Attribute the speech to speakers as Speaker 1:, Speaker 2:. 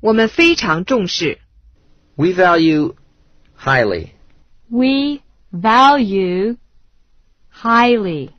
Speaker 1: 我们非常重视。
Speaker 2: We value highly.
Speaker 3: We value highly.